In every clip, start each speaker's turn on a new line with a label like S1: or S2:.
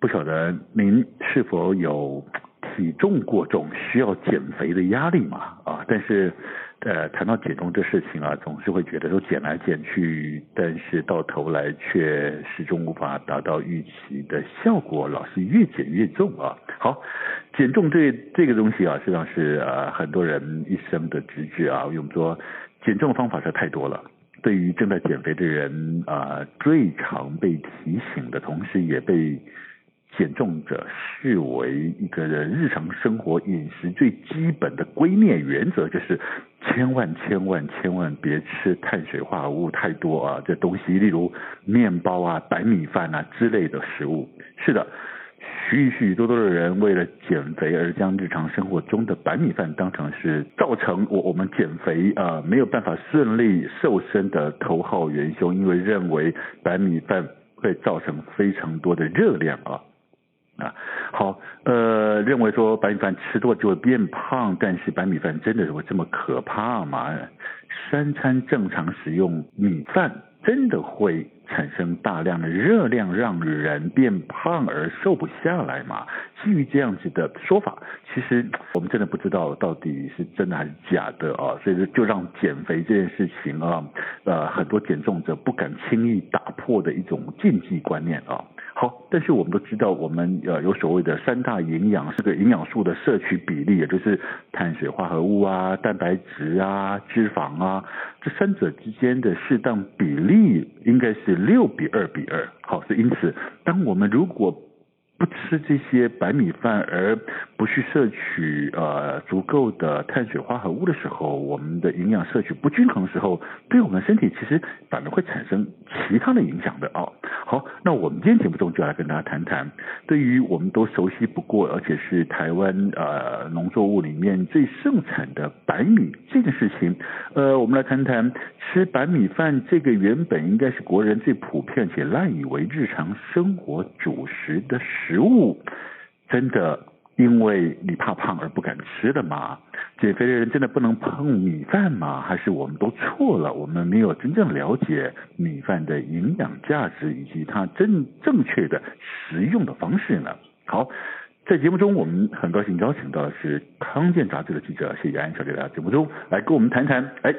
S1: 不晓得您是否有体重过重需要减肥的压力嘛？啊，但是，呃，谈到减重这事情啊，总是会觉得说减来减去，但是到头来却始终无法达到预期的效果，老是越减越重啊。好，减重这这个东西啊，实际上是呃很多人一生的直至啊。我们说减重方法实在太多了。对于正在减肥的人啊、呃，最常被提醒的同时，也被减重者视为一个人日常生活饮食最基本的归臬原则，就是千万千万千万别吃碳水化合物太多啊！这东西，例如面包啊、白米饭啊之类的食物。是的，许许多多的人为了减肥而将日常生活中的白米饭当成是造成我我们减肥啊、呃、没有办法顺利瘦身的头号元凶，因为认为白米饭会造成非常多的热量啊。啊，好，呃，认为说白米饭吃多就会变胖，但是白米饭真的会这么可怕吗？三餐正常食用米饭，真的会产生大量的热量，让人变胖而瘦不下来吗？基于这样子的说法，其实我们真的不知道到底是真的还是假的啊，所以就让减肥这件事情啊，呃，很多减重者不敢轻易打破的一种禁忌观念啊。好，但是我们都知道，我们呃有所谓的三大营养，这个营养素的摄取比例，也就是碳水化合物啊、蛋白质啊、脂肪啊，这三者之间的适当比例应该是六比二比二。好，所以因此，当我们如果不吃这些白米饭，而不去摄取呃足够的碳水化合物的时候，我们的营养摄取不均衡的时候，对我们身体其实反而会产生其他的影响的啊、哦。好，那我们今天节目中就来跟大家谈谈，对于我们都熟悉不过，而且是台湾呃农作物里面最盛产的白米这件事情，呃，我们来谈谈吃白米饭这个原本应该是国人最普遍且赖以为日常生活主食的食。食物真的因为你怕胖而不敢吃的吗？减肥的人真的不能碰米饭吗？还是我们都错了？我们没有真正了解米饭的营养价值以及它正正确的食用的方式呢？好，在节目中我们很高兴邀请到的是康健杂志的记者谢雅安小姐来节目中来跟我们谈谈，哎，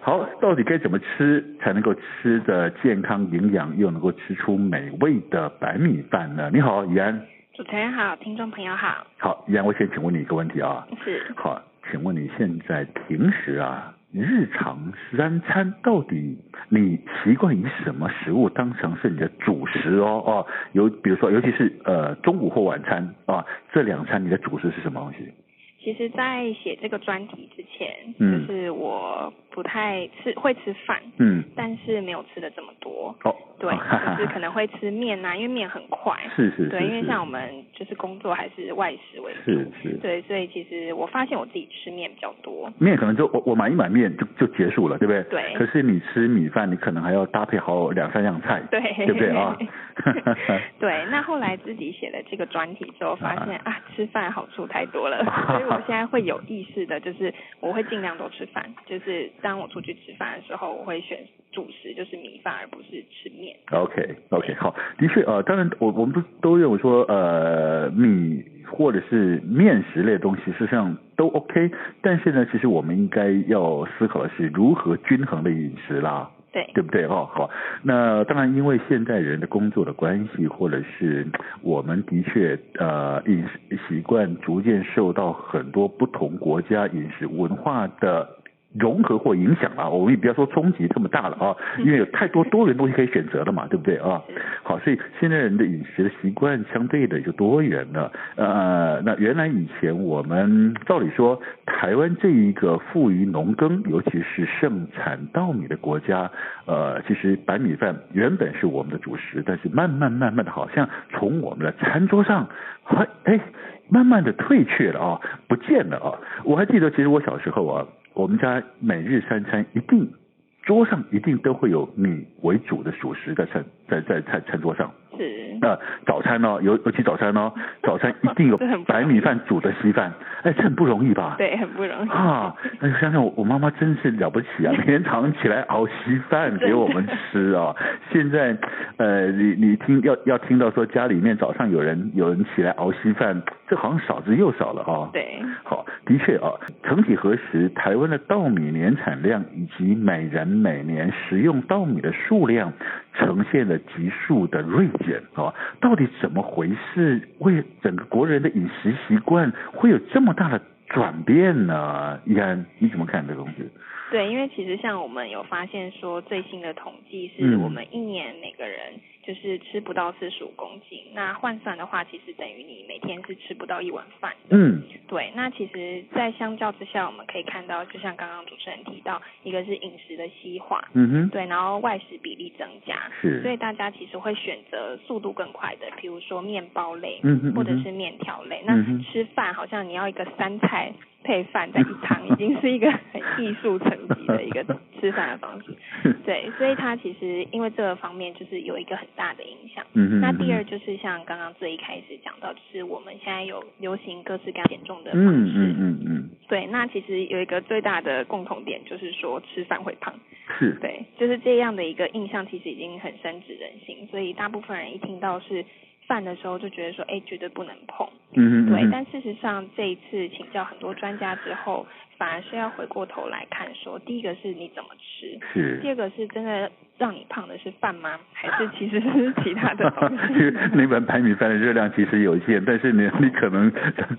S1: 好，到底该怎么吃才能够吃的健康营养又能够吃出美味的白米饭呢？你好，怡安。
S2: 主持人好，听众朋友好。
S1: 好，怡然，我先请问你一个问题啊。
S2: 是。
S1: 好，请问你现在平时啊，日常三餐到底你习惯以什么食物当成是你的主食哦？哦，有比如说，尤其是呃中午或晚餐啊，这两餐你的主食是什么东西？
S2: 其实，在写这个专题之前，嗯、就是我不太吃，会吃饭，
S1: 嗯，
S2: 但是没有吃的这么多。
S1: 哦，
S2: 对，就是可能会吃面呐、啊，因为面很快。
S1: 是是,是。
S2: 对，因为像我们就是工作还是外食为
S1: 主。是是。
S2: 对，所以其实我发现我自己吃面比较多。
S1: 面可能就我我买一买面就就结束了，对不对？
S2: 对。
S1: 可是你吃米饭，你可能还要搭配好两三样菜。
S2: 对。
S1: 对不对啊？
S2: 对，那后来自己写了这个专题之后，发现、啊、啊，吃饭好处太多了。 所以我现在会有意识的，就是我会尽量多吃饭，就是当我出去吃饭的时候，我会选主食，就是米饭而不是吃面。
S1: OK OK 好，的确呃，当然我我们不都认为说呃米。或者是面食类的东西，事实上都 OK。但是呢，其实我们应该要思考的是如何均衡的饮食啦。
S2: 对
S1: 对不对？哦，好。那当然，因为现在人的工作的关系，或者是我们的确呃饮食习惯逐渐受到很多不同国家饮食文化的融合或影响了。啊我们也不要说冲击这么大了啊，因为有太多多元东西可以选择了嘛，对不对啊？好，所以现在人的饮食的习惯相对的也就多元了。呃，那原来以前我们照理说，台湾这一个富于农耕，尤其是盛产稻米的国家，呃，其实白米饭原本是我们的主食，但是慢慢慢慢的，好像从我们的餐桌上，还哎，慢慢的退却了啊，不见了啊。我还记得，其实我小时候啊，我们家每日三餐一定桌上一定都会有米为主的主食在餐在在在餐桌上。
S2: 是
S1: 那早餐呢、尤尤其早餐呢、哦早餐一定有
S2: 这 很不
S1: 白米饭煮的稀饭，哎，这很不容易吧？
S2: 对，很不容易。
S1: 啊，那想想我我妈妈真是了不起啊！每天早上起来熬稀饭给我们吃啊。现在，呃，你你听要要听到说家里面早上有人有人起来熬稀饭，这好像少之又少了啊。
S2: 对，
S1: 好，的确啊，整体核实，台湾的稻米年产量以及每人每年食用稻米的数量呈现了急速的锐减啊！到底怎么回事？为整个国人的饮食习惯会有这么大的转变呢？依安，你怎么看这个东西？
S2: 对，因为其实像我们有发现说，最新的统计是
S1: 嗯
S2: 我们一年每个人就是吃不到四十五公斤，那换算的话，其实等于你每天是吃不到一碗饭。
S1: 嗯，
S2: 对，那其实，在相较之下，我们可以看到，就像刚刚主持人提到，一个是饮食的西化，
S1: 嗯哼，
S2: 对，然后外食比例增加，
S1: 是
S2: 所以大家其实会选择速度更快的，比如说面包类，
S1: 嗯哼
S2: 或者
S1: 嗯哼
S2: 是面条类。
S1: 嗯哼
S2: 那吃饭好像你要一个三菜配饭再一汤，已经是一个很艺术层级的一个吃饭的方式。对，所以它其实因为这个方面就是有一个很大的影响。
S1: 嗯哼，
S2: 那第二
S1: 嗯哼，
S2: 就是像刚刚最一开始讲到，就是我们现在有流行各式各样减重的方
S1: 嗯
S2: 式。
S1: 嗯嗯嗯，
S2: 对，那其实有一个最大的共同点就是说吃饭会胖。
S1: 是，
S2: 对，就是这样的一个印象，其实已经很深植人心，所以大部分人一听到是饭的时候，就觉得说，哎，绝对不能碰。
S1: 嗯哼，
S2: 对，
S1: 嗯哼
S2: 但事实上，这一次请教很多专家之后，反而是要回过头来看说，第一个是你怎么吃，
S1: 是。
S2: 第二个是真的让你胖的是饭吗？还是其实是其他的东
S1: 就是
S2: 西？
S1: 那碗白米饭的热量其实有限，但是你你可能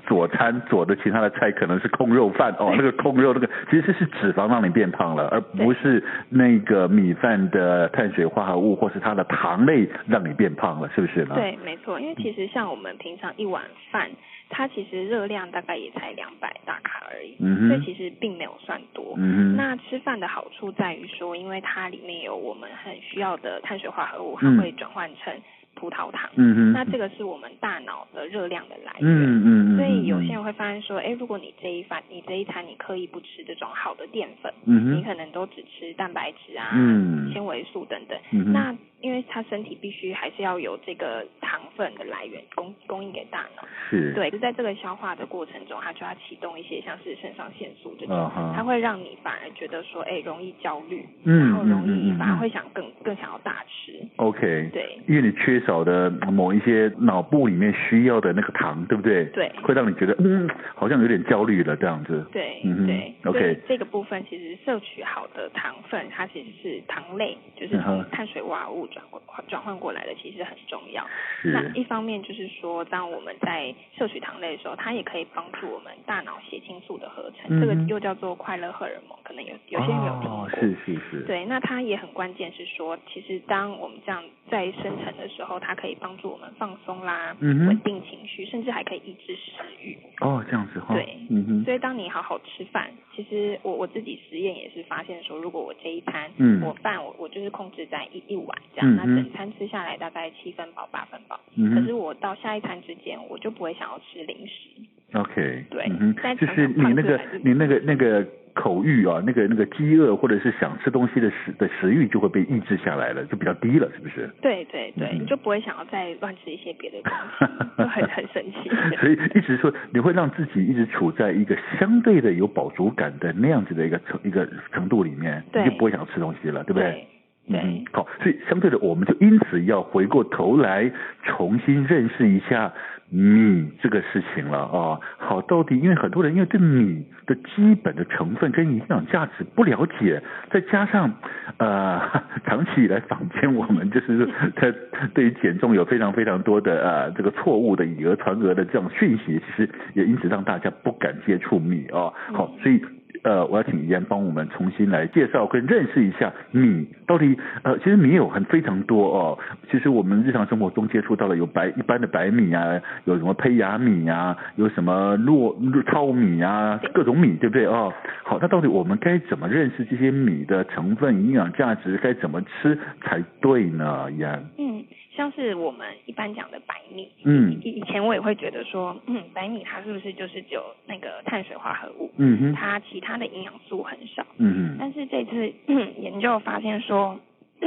S1: 佐餐佐的其他的菜可能是空肉饭哦，那个空肉那个其实是脂肪让你变胖了，而不是那个米饭的碳水化合物或是它的糖类让你变胖了，是不是呢？，
S2: 对，没错，
S1: 嗯
S2: 因为其实像我们平常一碗饭，它其实热量大概也才两百大卡而已，
S1: 嗯哼
S2: 所以其实并没有算多。
S1: 嗯哼，
S2: 那吃饭的好处在于说，因为它里面有我们很需要的碳水化合物，它
S1: 嗯
S2: 会转换成葡萄糖。
S1: 嗯哼，
S2: 那这个是我们大脑的热量的来源。
S1: 嗯嗯嗯，
S2: 所以有
S1: 嗯
S2: 些人会发现说，哎，如果你这一饭、你这一餐你刻意不吃这种好的淀粉，
S1: 嗯
S2: 你
S1: 哼，
S2: 可能都只吃蛋白质啊、
S1: 嗯
S2: 纤维素等等。
S1: 嗯哼
S2: 那因为他身体必须还是要有这个糖分的来源供供应给大脑，
S1: 是，
S2: 对，就在这个消化的过程中，它就要启动一些像是肾上腺素这种
S1: 啊哈，
S2: 它会让你反而觉得说，哎、容易焦虑，
S1: 嗯
S2: 然后容易
S1: 嗯嗯嗯
S2: 反而
S1: 嗯
S2: 会想更更想要大吃，
S1: OK，
S2: 对
S1: 因为你缺少的某一些脑部里面需要的那个糖，对不对？
S2: 对
S1: 会让你觉得嗯，好像有点焦虑了这样子。
S2: 对、
S1: 嗯哼
S2: 对
S1: OK
S2: 所以这个部分其实摄取好的糖分，它其实是糖类，就是
S1: 嗯
S2: 从
S1: 哼
S2: 碳水化合物转过转换过来的，其实很重要。
S1: 是，
S2: 那一方面就是说，当我们在摄取糖类的时候，它也可以帮助我们大脑血清素的合成，这个
S1: 嗯哼
S2: 又叫做快乐荷尔蒙，可能有有些人有听过。
S1: 哦、是是是。
S2: 对，那它也很关键是说，其实当我们这样在生成的时候，它可以帮助我们放松啦，
S1: 嗯哼
S2: 稳定情绪，甚至还可以抑制食欲。
S1: 哦，这样子哈。
S2: 对
S1: 嗯哼。
S2: 所以当你好好吃饭，其实我我自己实验也是发现说，如果我这一餐，
S1: 嗯
S2: 我饭我我就是控制在一一碗
S1: 嗯
S2: 这样，那
S1: 哼
S2: 整餐吃下来大概七分饱八分饱，
S1: 嗯
S2: 可
S1: 哼
S2: 是我到下一餐之间，我就不会想要吃零食。
S1: OK，
S2: 对
S1: 嗯
S2: 但
S1: 哼，就是
S2: 常常
S1: 你那
S2: 胖子
S1: 个
S2: 还是
S1: 你那个那个口欲啊，那个那个饥饿或者是想吃东西的食的食欲就会被抑制下来了，就比较低了，是不是？
S2: 对对对，
S1: 嗯
S2: 你就不会想要再乱吃一些别的东 西，就很很神奇。
S1: 所以一直说你会让自己一直处在一个相对的有饱足感的那样子的一个程一个程度里面，
S2: 对
S1: 你就不会想吃东西了，对不对？
S2: 对对
S1: 嗯，好，所以相对的，我们就因此要回过头来重新认识一下米这个事情了啊。好，到底因为很多人因为对米的基本的成分跟营养价值不了解，再加上呃长期以来坊间我们就是 在对于减重有非常非常多的呃这个错误的以讹传讹的这种讯息，其实也因此让大家不敢接触米啊。好，所以。呃，我要请怡安帮我们重新来介绍跟认识一下米到底呃，其实米有很非常多哦。其实我们日常生活中接触到了有白一般的白米啊，有什么胚芽米啊，有什么糯糙米啊，各种米对不对哦？好，那到底我们该怎么认识这些米的成分、营养价值，该怎么吃才对呢？怡安，
S2: 嗯，像是我们一般讲的白米，
S1: 嗯
S2: 以以前我也会觉得说，嗯，白米它是不是就是只有那个碳水化合物，
S1: 嗯哼，
S2: 它其他的营养素很少。
S1: 嗯哼，
S2: 但是这次 研究发现说，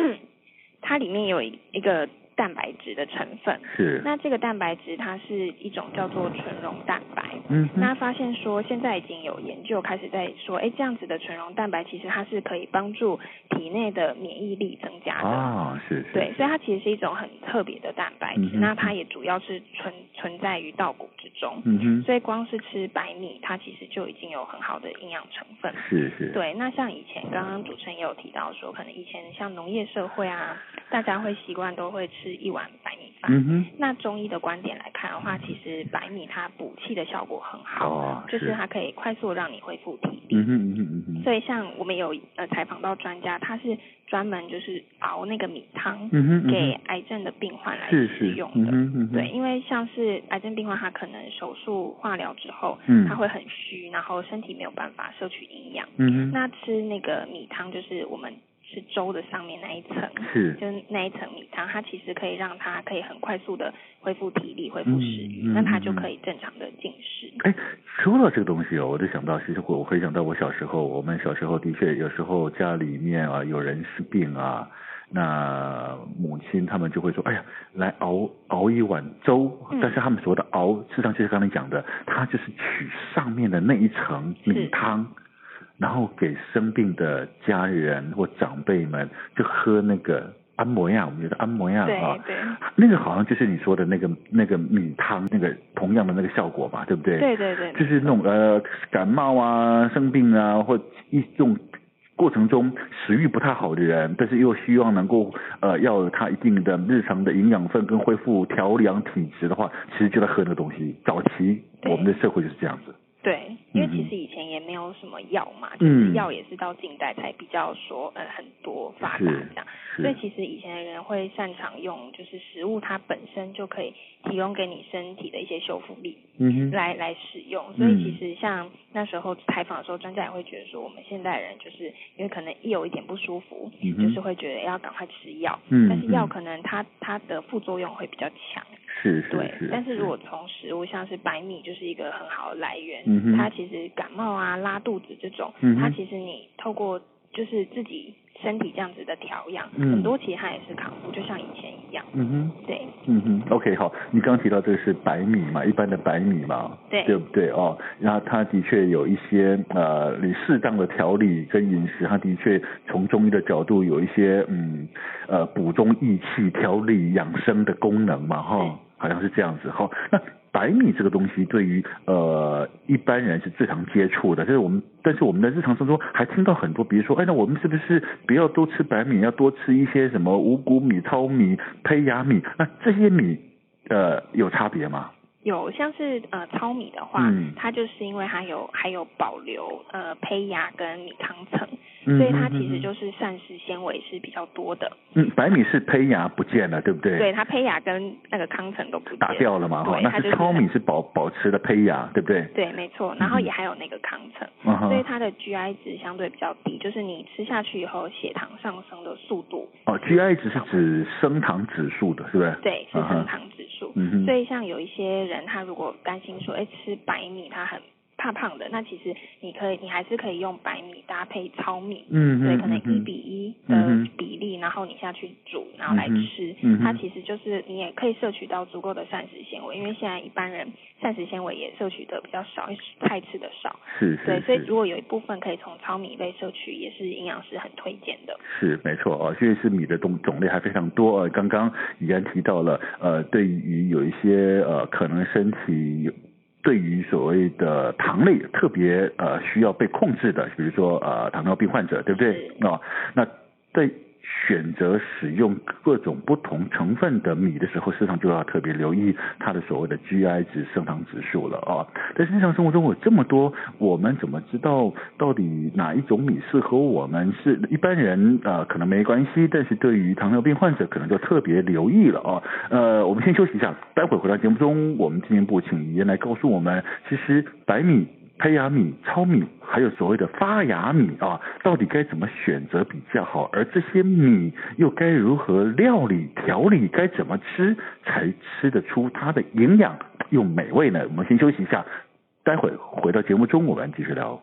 S2: 它里面有一一个蛋白质的成分，
S1: 是，
S2: 那这个蛋白质它是一种叫做纯溶蛋白。
S1: 嗯哼，
S2: 那发现说，现在已经有研究开始在说，哎，这样子的纯溶蛋白其实它是可以帮助体内的免疫力增加的。
S1: 啊，是是，
S2: 对，所以它其实是一种很特别的蛋白
S1: 嗯
S2: 质，
S1: 哼
S2: 那它也主要是存存在于稻谷之中，
S1: 嗯哼，
S2: 所以光是吃白米，它其实就已经有很好的营养成分了。
S1: 是是，
S2: 对，那像以前刚刚主持人也有提到说，可能以前像农业社会啊，大家会习惯都会吃一碗白米饭。
S1: 嗯哼，
S2: 那中医的观点来看的话，其实白米它补气的效果很好，
S1: 哦，
S2: 就是它可以快速让你恢复体力。
S1: 嗯哼嗯哼嗯哼，
S2: 所以像我们有呃采访到专家，他是专门就是熬那个米汤
S1: 嗯哼，嗯哼
S2: 给癌症的病患来
S1: 是
S2: 使
S1: 是
S2: 用
S1: 嗯
S2: 的。
S1: 哼嗯哼
S2: 对，因为像是癌症病患，他可能手术化疗之后，
S1: 嗯
S2: 他会很虚，然后身体没有办法摄取营养。
S1: 嗯哼，
S2: 那吃那个米汤，就是我们吃粥的上面那一层，
S1: 是
S2: 就是那一层米汤，它其实可以让它可以很快速的恢复体力、恢复食欲，
S1: 嗯嗯
S2: 那它就
S1: 嗯
S2: 可以正常的进食。
S1: 哎，说到这个东西哦，我就想到，其实我我回想到我小时候，我们小时候的确有时候家里面啊有人生病啊，那母亲他们就会说，哎呀，来熬熬一碗粥，
S2: 嗯
S1: 但是他们所谓的熬，事实上就是刚才讲的，它就是取上面的那一层米
S2: 是
S1: 汤。然后给生病的家人或长辈们就喝那个安摩亚，我们觉得安摩亚
S2: 对
S1: 啊，
S2: 对
S1: 那个好像就是你说的那个那个米汤那个同样的那个效果吧，对不对？
S2: 对对对，
S1: 就是那种呃感冒啊、生病啊，或一这种过程中食欲不太好的人，但是又希望能够呃要有他一定的日常的营养分跟恢复调养体质的话，其实就在喝那个东西。早期
S2: 对
S1: 我们的社会就是这样子，
S2: 对，因为
S1: 嗯
S2: 其
S1: 哼
S2: 实以前也没有什么药嘛，就
S1: 嗯
S2: 是药也是到近代才比较说呃很多发达
S1: 是
S2: 这样，所以
S1: 是
S2: 其实以前的人会擅长用就是食物它本身就可以提供给你身体的一些修复力。
S1: 嗯哼，
S2: 来来使用，所以
S1: 嗯
S2: 其实像那时候采访的时候，专家也会觉得说，我们现代人就是因为可能一有一点不舒服，
S1: 嗯哼
S2: 就是会觉得要赶快吃药，
S1: 嗯
S2: 但是
S1: 嗯
S2: 药可能它它的副作用会比较强，
S1: 是是
S2: 对。
S1: 是，
S2: 但是如果从食物，像是白米就是一个很好的来源，
S1: 嗯哼
S2: 它其实感冒啊、拉肚子这种，
S1: 嗯哼
S2: 它其实你透过就是自己身体这样子的调养，
S1: 嗯
S2: 很多其实它也是康复，就像以前一样，
S1: 嗯哼。
S2: 对。
S1: 嗯哼，OK，好，你刚刚提到这个是白米嘛，一般的白米嘛，
S2: 对
S1: 对不对哦？然后它的确有一些呃，你适当的调理跟饮食，它的确从中医的角度有一些嗯呃补中益气、调理养生的功能嘛，哈、
S2: 对
S1: 好像是这样子哈、那白米这个东西对于呃一般人是最常接触的，就是我们，但是我们的日常生活中还听到很多，比如说，哎，那我们是不是不要多吃白米，要多吃一些什么五谷米、糙米、胚芽米？那这些米呃有差别吗？
S2: 有，像是呃糙米的话，
S1: 嗯
S2: 它就是因为它有还有保留呃胚芽跟米糠层，
S1: 嗯
S2: 所以它其
S1: 嗯嗯
S2: 实就是膳食纤维是比较多的。
S1: 嗯，白米是胚芽不见了，对不对？
S2: 对，它胚芽跟那个糠层都不见
S1: 打掉了嘛哈，
S2: 对
S1: 那
S2: 它就是是
S1: 糙米是保保持的胚芽，对不对？
S2: 对，没错。然后也还有那个糠层，
S1: 嗯
S2: 所以
S1: 哼，
S2: 它的 GI 值相对比较低，就是你吃下去以后血糖上升的速度，
S1: 哦，GI 值是指升糖指数的，是不是？
S2: 对，是
S1: 嗯哼
S2: 升糖指数。
S1: 嗯哼，
S2: 所以像有一些人，他如果担心说，哎，吃白米他很怕胖的，那其实你可以，你还是可以用白米搭配糙米，
S1: 嗯
S2: 对，
S1: 嗯
S2: 可能一
S1: 嗯
S2: 比一
S1: 嗯
S2: 的
S1: 哼
S2: 比例，然后你下去煮，然后来
S1: 嗯哼
S2: 吃，
S1: 嗯哼
S2: 它其实就是你也可以摄取到足够的膳食纤维，因为现在一般人膳食纤维也摄取的比较少，因为菜吃的少，
S1: 是
S2: 对
S1: 是，
S2: 所以
S1: 是
S2: 如果有一部分可以从糙米类摄取，也是营养师很推荐的。
S1: 是没错啊，因为是米的种种类还非常多啊。刚刚怡然提到了，呃，对于有一些呃可能身体有对于所谓的糖类特别呃需要被控制的，比如说呃糖尿病患者，对不对？哦，那在选择使用各种不同成分的米的时候，事实上就要特别留意它的所谓的 GI 值、升糖指数了啊。在日常生活中有这么多，我们怎么知道到底哪一种米适合我们？是一般人呃可能没关系，但是对于糖尿病患者可能就特别留意了啊。呃，我们先休息一下，待会回到节目中，我们进一步请怡言来告诉我们，其实白米。胚芽米、糙米，还有所谓的发芽米啊，到底该怎么选择比较好？而这些米又该如何料理、调理？该怎么吃才吃得出它的营养又美味呢？我们先休息一下，待会回到节目中我们继续聊。